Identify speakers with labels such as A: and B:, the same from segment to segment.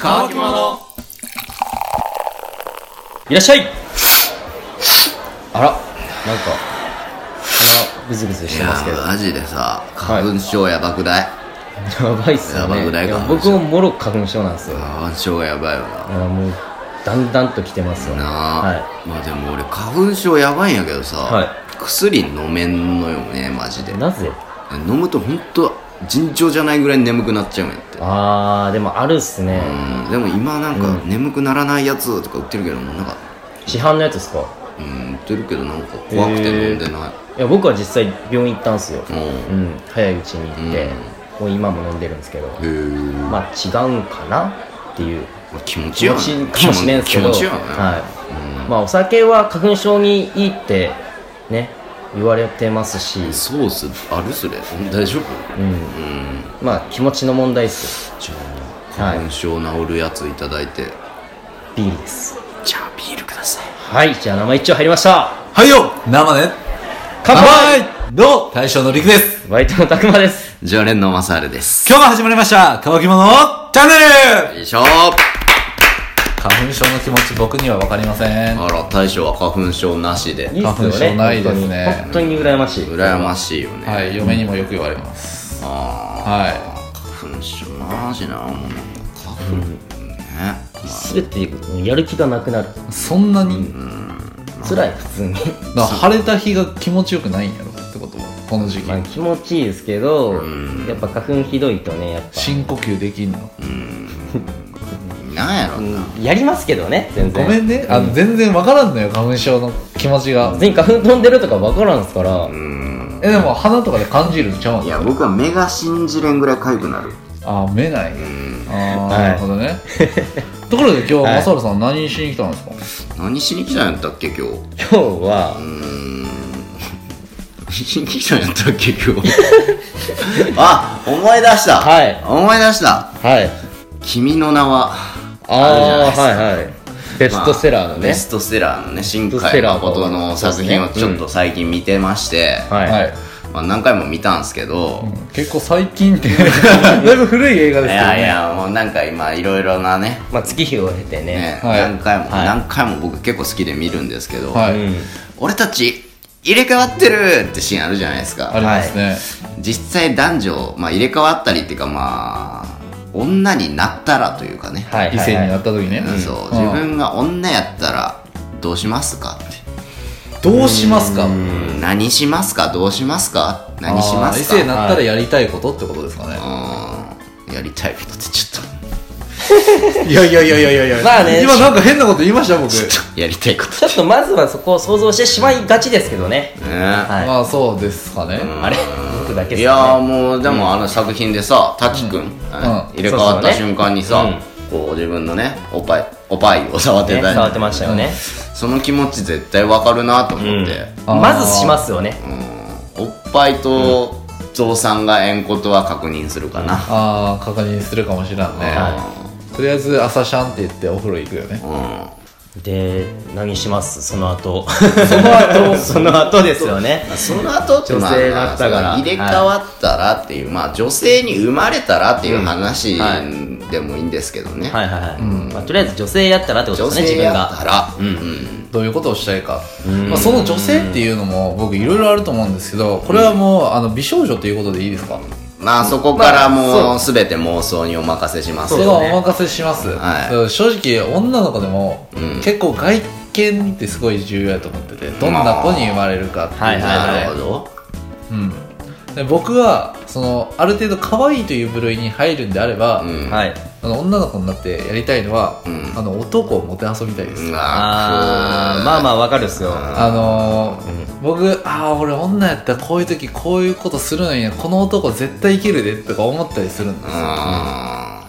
A: 乾き物
B: いらっしゃいあら、なんか、鼻、ブズブズし
A: い
B: てますけ
A: や
B: ど。
A: マジでさ花粉症やばくない、
B: やばいっすよね。
A: やばくないか
B: や僕ももろ花粉症なんですよ。
A: 花粉症がやばいよない
B: やもう、だんだんと来てますよね。
A: なあ、
B: は
A: まあでも俺花粉症やばいんやけどさ、
B: はい
A: 薬飲めんのよねマジで
B: い。なぜ
A: 飲むと本当尋常じゃないぐらい眠くなっちゃうんやって
B: あー、でもあるっすね。
A: うんでも今なんか眠くならないやつとか売ってるけどなんか
B: 市販のやつですか
A: うん売ってるけどなんか怖くて飲んでない、
B: いや、僕は実際病院行ったんすよ。
A: う
B: うん、早いうちに行って、もう今も飲んでるんですけど、
A: んへえ、
B: まあ違うんかなっていう
A: 気持ち
B: 気
A: や
B: 持
A: ね
B: ちかもしれんすけど、
A: 気持ちやね、
B: はい。
A: うん
B: まあお酒は花粉症にいいってね、言われてますし、
A: ソースあるそれ大丈夫
B: うん。
A: うん
B: まあ気持ちの問題っすよ
A: じゃあ
B: はい
A: 花粉症治るやついただいて、
B: ビールです
A: じゃあビールください
B: はいじゃあ生一丁入りました
C: はいよ生ね
B: 乾杯
C: どう大将のりくです
B: バイトのたくまです
A: 常連のマサールです
C: 今日も始まりました乾き物チャンネル
A: よいしょ
C: 花粉症の気持ち僕には分かりません
A: あら大将は花粉症なし
B: いい
A: で
B: っすよ
C: 花粉症
B: ね
C: ないですね
B: 本当に本当に羨ましい
A: 羨ましいよね、
C: はい嫁にもよく言われます
A: あ
C: は
A: ー花粉症なしなもうなんか花粉、ね
B: 全てやる気がなくなる
C: いそんなに
B: 辛い普通に
C: だから晴れた日が気持ちよくないんやろってことはこの時期
B: まあ気持ちいいですけど
A: ん
B: やっぱ花粉ひどいとねやっぱ
C: 深呼吸できんの
A: なんやろな、
B: やりますけどね全然
C: ごめんねあの全然分からんのよ花粉症の気持ちが
B: 全員花粉飛んでるとか分からんすから
C: えでも鼻とかで感じるのちゃうん
A: いや僕は目が信じれんぐらい痒くなる
C: あ目ないああ
B: はい
C: なるほどねところで今日
B: はい
C: マサルさん何しに来たんですか
A: 何しに来たんやったっけ今日 う
B: 今日は
A: ーん何しに来たんやったっけ今 日あ思い出した
B: はい
A: 思い出した
B: はい
A: 君の名は
B: あ
A: ある
B: あ
A: じゃないですか
B: はいはいベストセラーの
A: ベ
B: ね
A: ストセラーのね新
B: ベストセ
A: 海
B: ラーの
A: 誠の作品をちょっと最近見てまして、
B: は
C: はいい
A: まあ、何回も見たんですけど、
C: 結構最近ってだいぶ古い映画で
A: い
C: すけど
A: やい
C: ね
A: やもうなんか今いろいろなね
B: まあ月日を経てね
A: ね、
C: はい
A: 何回も、
B: はい
A: 何回も僕結構好きで見るんですけど、
C: は
B: う
C: い
B: ん
A: 俺たち入れ替わってるってシーンあるじゃないです
C: あ
A: か
C: りますね
A: 実際男女、まあ、入れ替わったりっていうかまあ女になったらというかね、
B: はい
C: 異性になった時ね
A: うんそう
C: うん
A: 自分が女やったらどうしますかって
C: どうしますか
A: 何しますかどうしますか何しま
C: あー異
A: すか
C: 性になったらやりたいことってことですかね
A: うんやりたいことってちょっ
C: いやいやいやいや いやいや
B: まあね
C: 今なんか変なこと言いました僕
A: とやりたいこと
B: ちょっとまずはそこを想像してしまいがちですけどね。
A: ねあ
B: はい。
C: まあそうですかね
B: あれ僕だけ
A: い
B: ですか
A: やー
B: ね。
A: もうでもあの作品でさ滝くんあ
C: うん
A: 入れ替わ
B: そう
A: った
B: そう
A: 瞬間にさこう自分のねおっぱいおっぱいを触って
B: ね
A: た
B: 触って
A: り
B: ましたよね。
A: その気持ち絶対わかるなと思って
C: あー
B: まずしますよね。
A: おっぱいとゾさんがえんことは確認するかな
C: ああ確認するかもしらんねとりあえず朝シャンって言ってお風呂行くよね
A: うん
B: で、何しますその後。その後 その後ですよね。
A: その後ってまあ
B: 女性だったから
A: まあ入れ替わったらっていう、まあ女性に生まれたらっていう話
B: うん
A: でもいいんですけどね、
B: はいはいはい。まあとりあえず女性やったらってこと
A: 女
B: ですね、
A: 性
B: 自
A: や
B: 分
A: った
B: が。
A: ら、うん
C: どういうことをしたいか、まあ、その女性っていうのも僕いろいろあると思うんですけどこれはもうあの美少女ということでいいですか、
A: まあそこから
C: ま
A: もう全て妄想にお任せします
C: それ
A: よ
C: は
A: ね
C: お任せします、
A: はい
C: そう正直女の子でも、
A: うん
C: 結構外見ってすごい重要だと思っててどんな子に生まれるかっていうのがね、
A: なるほど
C: うん、で僕はそのある程度可愛いという部類に入るんであれば、
A: うん
B: はい。
C: あの女の子になってやりたいのは、
A: うん
C: あの男をもてあそびたいです、
A: う
B: あ
A: わ
B: ー、まあまあわかるっすよ。
C: あのー僕ああ俺女やったらこういう時こういうことするのにねこの男絶対いけるでとか思ったりするんですよ
A: あ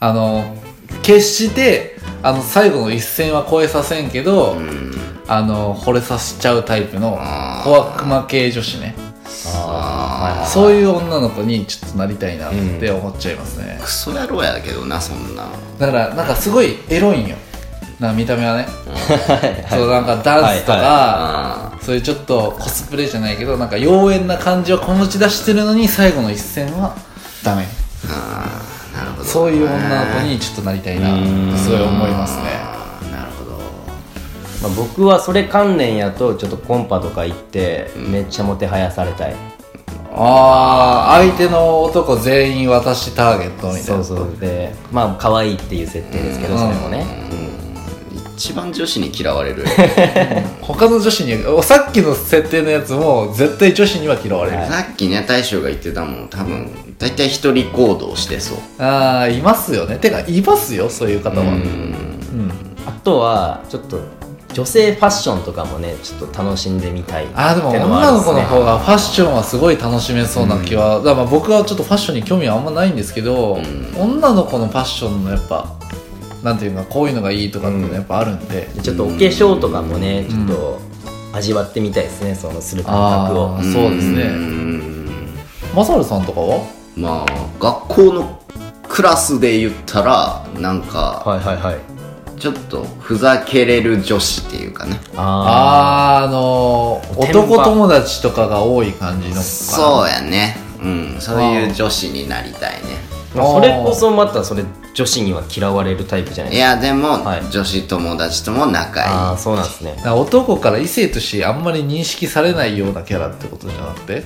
C: あのー決してあの最後の一線は越えさせんけど、
A: うんうん
C: あのー惚れさせちゃうタイプの
A: あー
C: 小悪魔系女子ね
B: あー
C: そういう女の子にちょっとなりたいなって思っちゃいますね、
A: クソ野郎やけどなそんな
C: だからなんかすごいエロいんよなんか見た目はね、そうなんかダンスとか、
B: はい
A: あ
C: そういうちょっとコスプレじゃないけどなんか妖艶な感じをこ持ち出してるのに最後の一戦はダメ
A: ーなるほど
C: そういう女の子にちょっとなりたいなってすごい思いますね
A: あーなるほど
B: まあ、僕はそれ関連やとちょっとコンパとか行ってめっちゃもてはやされたい、
C: ああ相手の男全員私ターゲットみたいな
B: そうそうでまあ可愛いっていう設定ですけどそれもね
A: 一番女子に嫌われる
C: 他の女子におさっきの設定のやつも絶対女子には嫌われる、
B: はい
A: さっきね大将が言ってたもん多分大体一人行動してそう
C: ああいますよねてかいますよそういう方は
A: うん
C: うん
B: あとはちょっと女性ファッションとかもねちょっと楽しんでみたい
C: あーでも
B: ってのはあ
C: 女
B: るんで
C: の
B: す
C: 子
B: ね
C: の方がファッションはすごい楽しめそうな気は、だからまあ僕はちょっとファッションに興味はあんまないんですけど、
A: ん
C: 女の子のファッションのやっぱなんていうかこういうのがいいとかっていうのやっぱあるんで、
B: ちょっとお化粧とかもねちょっと味わってみたいですねそのする感覚を
C: あそうですね
A: ん
C: マサルさんとかは
A: まあ学校のクラスで言ったらなんか
B: はいはいはい
A: ちょっとふざけれる女子っていうかね
B: あ
C: あーあのー
B: テンパ
C: 男友達とかが多い感じの子かな
A: そうやねうんそういう女子になりたいね
B: ー、まあ、それこそまたそれ女子には嫌われるタイプじゃない
A: い
B: ですか
A: やでも、
B: はい
A: 女子友達とも仲いい
B: ああそうなんですね
C: だから男から異性としてあんまり認識されないようなキャラってことじゃなくて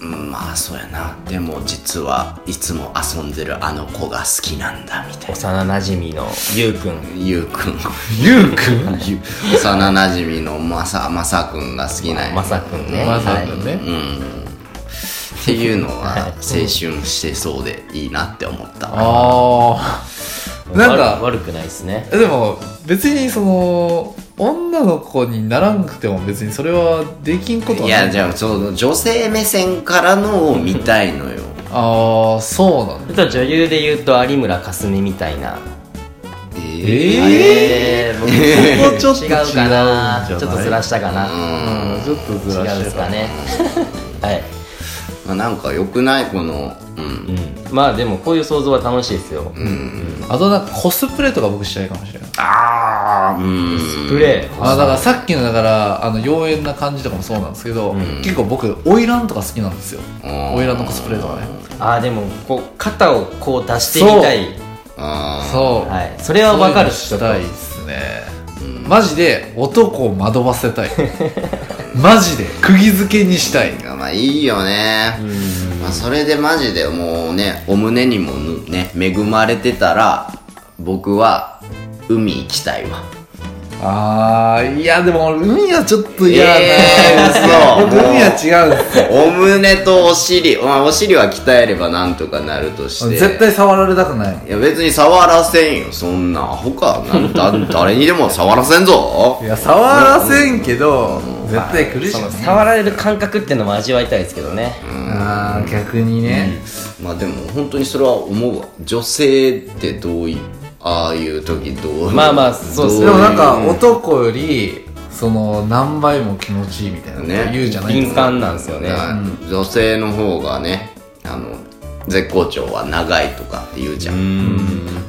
A: うんまあそうやなでも実はいつも遊んでるあの子が好きなんだみたいな
B: 幼なじみのゆうくん
A: ゆうくん
C: ゆうくん
A: ゆ幼なじみのまさまさくんが好きなんや
B: まさくんね
C: まさくんね、
A: うんっていうのは青春してそうでいいなって思った
C: ああ
B: な
C: なんん
B: か
C: か
B: 悪くないですね
C: でも別にその女の子にならなくても別にそれはできんことはいない
A: やじゃあその女性目線からのを見たいのよ
C: ああそうなんだ
B: あと女優で言うと有村架純みたいな
A: え
C: え
B: えー、
C: ここ
B: 僕
C: ちょっと違う
B: 違うかなち
C: じ
B: ょ
C: ゃ
B: っ
C: ない
B: とずらしたかな、
A: うん
C: うんちょっとずら
B: 違う
C: し
B: で
C: て
B: すかねはい、
A: まあ、なんか良くないこのうん
B: うん、まあでもこういう想像は楽しいですよ、
C: あとなんかコスプレとか僕したいかもしれない
A: ああうん
B: プレー
C: あだからさっきのだからあの妖艶な感じとかもそうなんですけど、結構僕花魁とか好きなんですよ
A: うん
C: 花魁のコスプレとかね
B: ああでもこう肩をこう出してみたい
A: あー
C: そう、
B: はいそれは分かる
C: し
B: ちょっと
C: たいですね、マジで男を惑わせた いマジで釘付けにしたい
A: まあいいよね、まあ、それでマジでもうねお胸にもぬね恵まれてたら僕は海行きたいわ
C: あーいやでも海はちょっと嫌だな、
A: えー嘘
C: 僕海は違うんです
A: お胸とお尻まあお尻は鍛えればなんとかなるとして
C: 絶対触られたくない
A: いや別に触らせんよそんなアホかなんだ誰にでも触らせんぞ
C: いや触らせんけど、絶対苦しい、
B: その触られる感覚っていうのも味わいたいですけどね、
C: あー逆にね、
A: まあでも本当にそれは思うわ女性ってどういうああいう時どういう
B: まあまあそうっす
A: どい
C: でもなんか男よりその何倍も気持ちいいみたいなこと
A: ね
C: 言うじゃないです
B: 敏
C: か、
B: 感なんですよね
A: だから女性の方がねあの絶好調は長いとかって言うじゃん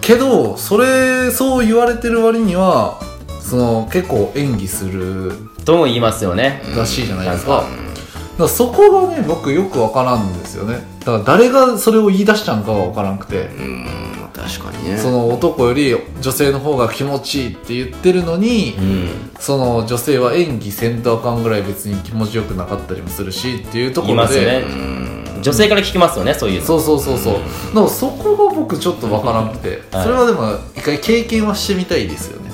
C: けどそれそう言われてる割にはその結構演技する
B: とも言いますよね、
C: らしいじゃないですか,、だからそこがね僕よくわからんですよねだから誰がそれを言い出したんかはわからなくて、
A: うーんまあ確かにね
C: その男より女性の方が気持ちいいって言ってるのに、
A: うん
C: その女性は演技せんとあかんぐらい別に気持ちよくなかったりもするしっていうとこ
B: 言い
C: ろ
B: ます
C: で
B: よね、女性から聞きますよねそういうの
C: そうそうそうそう、だからそこが僕ちょっとわからなくて、
B: はい
C: それはでも一回経験はしてみたいですよね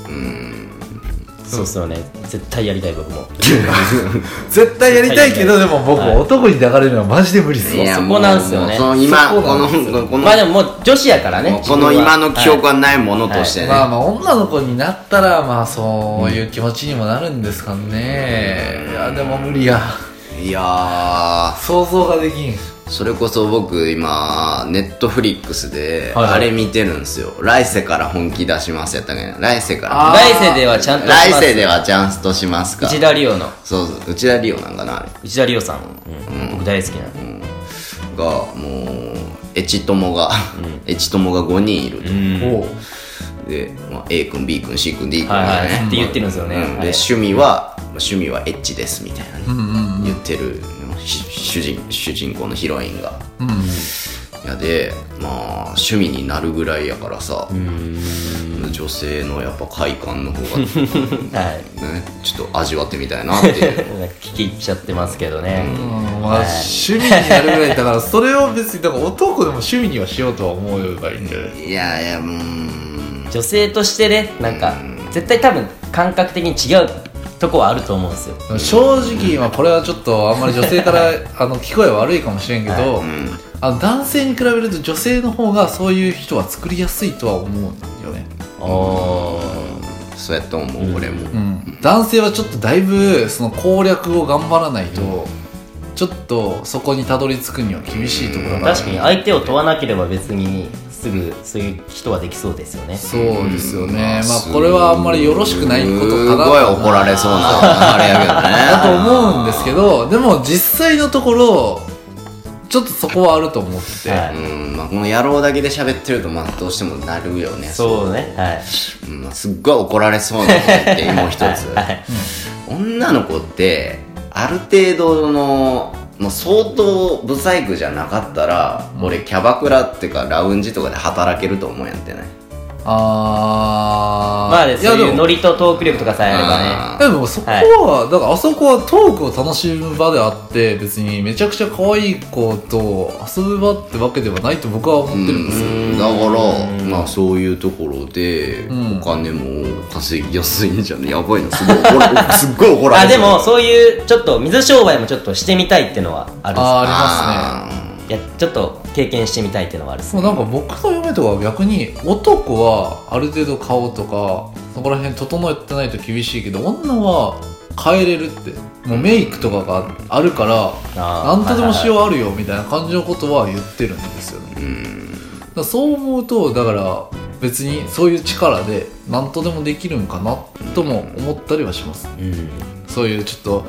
B: そうっすよね絶対やりたい僕も
C: 絶対やりたいけど、
B: は
C: でも僕、
B: はい
C: 男に流れるのはマジで無理っす
A: い
C: わ。
A: や
B: そこ
A: もう
B: なんすよね
A: もうその今
C: そ
A: こ
C: こな
A: の
C: んす
A: この
B: まあでももう女子やからね
A: もうこの
B: 自分は
A: 今の記憶はないものとしてね
C: まあまあ、女の子になったら、まあ、そういう気持ちにもなるんですかね。いや、でも無理や。
A: いや
C: 想像ができん。
A: ーそれこそ僕今ネットフリックスで
B: はいはい
A: あれ見てるんですよ「来世から本気出します」やったっけど来世か
C: あ
B: 来世ではちゃん
A: ら
B: とします
A: 来世ではチャンスとしますか
B: 内田理央の
A: そうそう内田理央なんかなあれ
B: 内田理央さん、うん僕大好きな、
A: がもうエチ友が、エチ友が5人いると、
C: おう
A: で、まあ、A 君 B 君 C 君 D 君
B: はいはい
A: ね
B: って言ってるんですよね
A: う
B: はい
A: で趣味は趣味はエッチですみたいなね、
C: うんうん。
A: 言ってるひ主人主人公のヒロインが、
C: うん。
A: やでまあ趣味になるぐらいやからさ女性のやっぱ快感の方 がね
B: はい
A: ちょっと味わってみたいなっていう
B: 聞き入っちゃってますけどね、
C: うんまあ、趣味になるぐらいだからそれを別にだから男でも趣味にはしようとは思えばいいんじゃ ない
A: いやいやうーん
B: 女性としてねなんか絶対多分感覚的に違うとこはあると思うんですよ
C: 正直今これはちょっとあんまり女性から あの聞こえ悪いかもしれんけ
A: う
C: ど、
A: ん
C: あの男性に比べると女性の方がそういう人は作りやすいとは思うんよね、
B: お
A: そうやと思う俺も
C: うん、男性はちょっとだいぶその攻略を頑張らないと、ちょっとそこにたどり着くには厳しいところがある
B: 確かに相手を問わなければ別にすぐそういう人はできそうですよね
C: そうですよね、
A: うん
C: まあこれはあんまりよろしくないこと
A: す
C: かな
A: ごい怒られそう なあれやけどね
C: だと思うんですけどでも実際のところちょっとそこはあると思ってて、
B: は
A: うんまあ、この野郎だけで喋ってるとまあどうしてもなるよね
B: そうねはい
A: うんまあ、すっごい怒られそうなことってもう 一つ、
B: はい
A: 女の子ってある程度のもう相当ブサイクじゃなかったら、俺キャバクラっていうかラウンジとかで働けると思うんやってね
C: あー
B: まあね
C: いや
B: そう
C: で
B: いう
C: も
B: ノリとトーク力とかさえあればね
A: あー
C: でもそこは、だからあそこはトークを楽しむ場であって別にめちゃくちゃ可愛い子と遊ぶ場ってわけではないと僕は思ってるんですよ、
A: うんだからまあそういうところで
C: ん
A: お金も稼ぎやすいんじゃねやばいなすごい怒 らすっごい怒ら
B: あ
A: れ
B: で
A: そう
B: もそういうちょっと水商売もちょっとしてみたいっていうのはある
C: あ
B: ん
C: あありますね
A: あー
B: ですいやちょっと経験してみたいっていうのはあるっす
C: もうなんか僕の嫁とかは逆に男はある程度顔とかそこら辺整えてないと厳しいけど女は変えれるってもうメイクとかがあるから
B: あー
C: 何とでもしようあるよみたいな感じのことは言ってるんですよねだからそう思うとだから別にそういう力で何とでもできるんかなとも思ったりはします
B: うん
C: そういうちょっと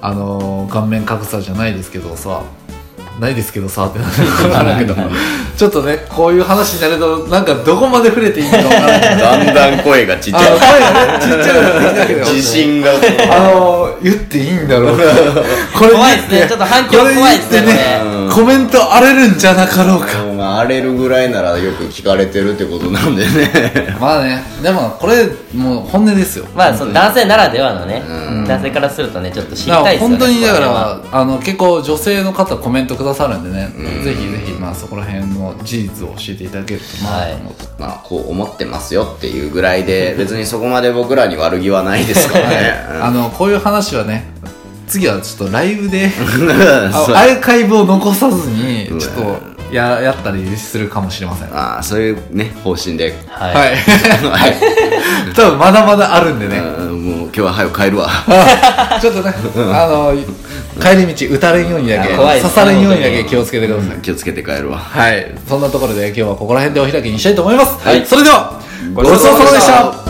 C: あのー顔面格差じゃないですけどさないですけどさってなるけどちょっとねこういう話になるとなんかどこまで触れていいのか分からない
A: だんだん声がちっち
C: あ
A: ゃ
C: の
A: い
C: 声がねちっちゃくなってきたけど
A: 自信が
C: あのー言っていいんだろうかこれ
B: 怖いですねちょっと反響怖いですね
C: これ言
B: こ
A: れうん
C: コメント荒れるんじゃなかろうか
A: まあ荒れるぐらいならよく聞かれてるってことなんでね
C: まあねでもこれもう本音ですよ
B: まあその男性ならではのね、
A: う
B: 男性からするとねちょっと知り
C: だか
B: たいで
C: ら
B: すよね
C: 本当にだか
B: これは
C: らあの結構女性の方コメントくださるんでね、ぜひぜひまあそこら辺の事実を教えていただけるとまあ、
B: はい
C: 思って
A: まあこう思ってますよっていうぐらいで別にそこまで僕らに悪気はないですからね
C: あのこういう話はね次はちょっとライブ で
A: うん
C: あ
A: そう
C: アーカイブを残さずに
A: ん
C: ちょっとややったりするかもしれませんは
A: ああそういうね方針で
B: はい、
C: い 多分まだまだあるんでね
A: うんもう今日は早く帰るわ
C: ちょっとねあの帰り道打たれんようにだけ
B: いや怖い
C: 刺
B: です
C: されんようにだけ気をつけてください
A: 気をつけて帰るわ
C: はいそんなところで今日はここら辺でお開きにしたいと思います、
B: はい
C: それではごちそうさまでした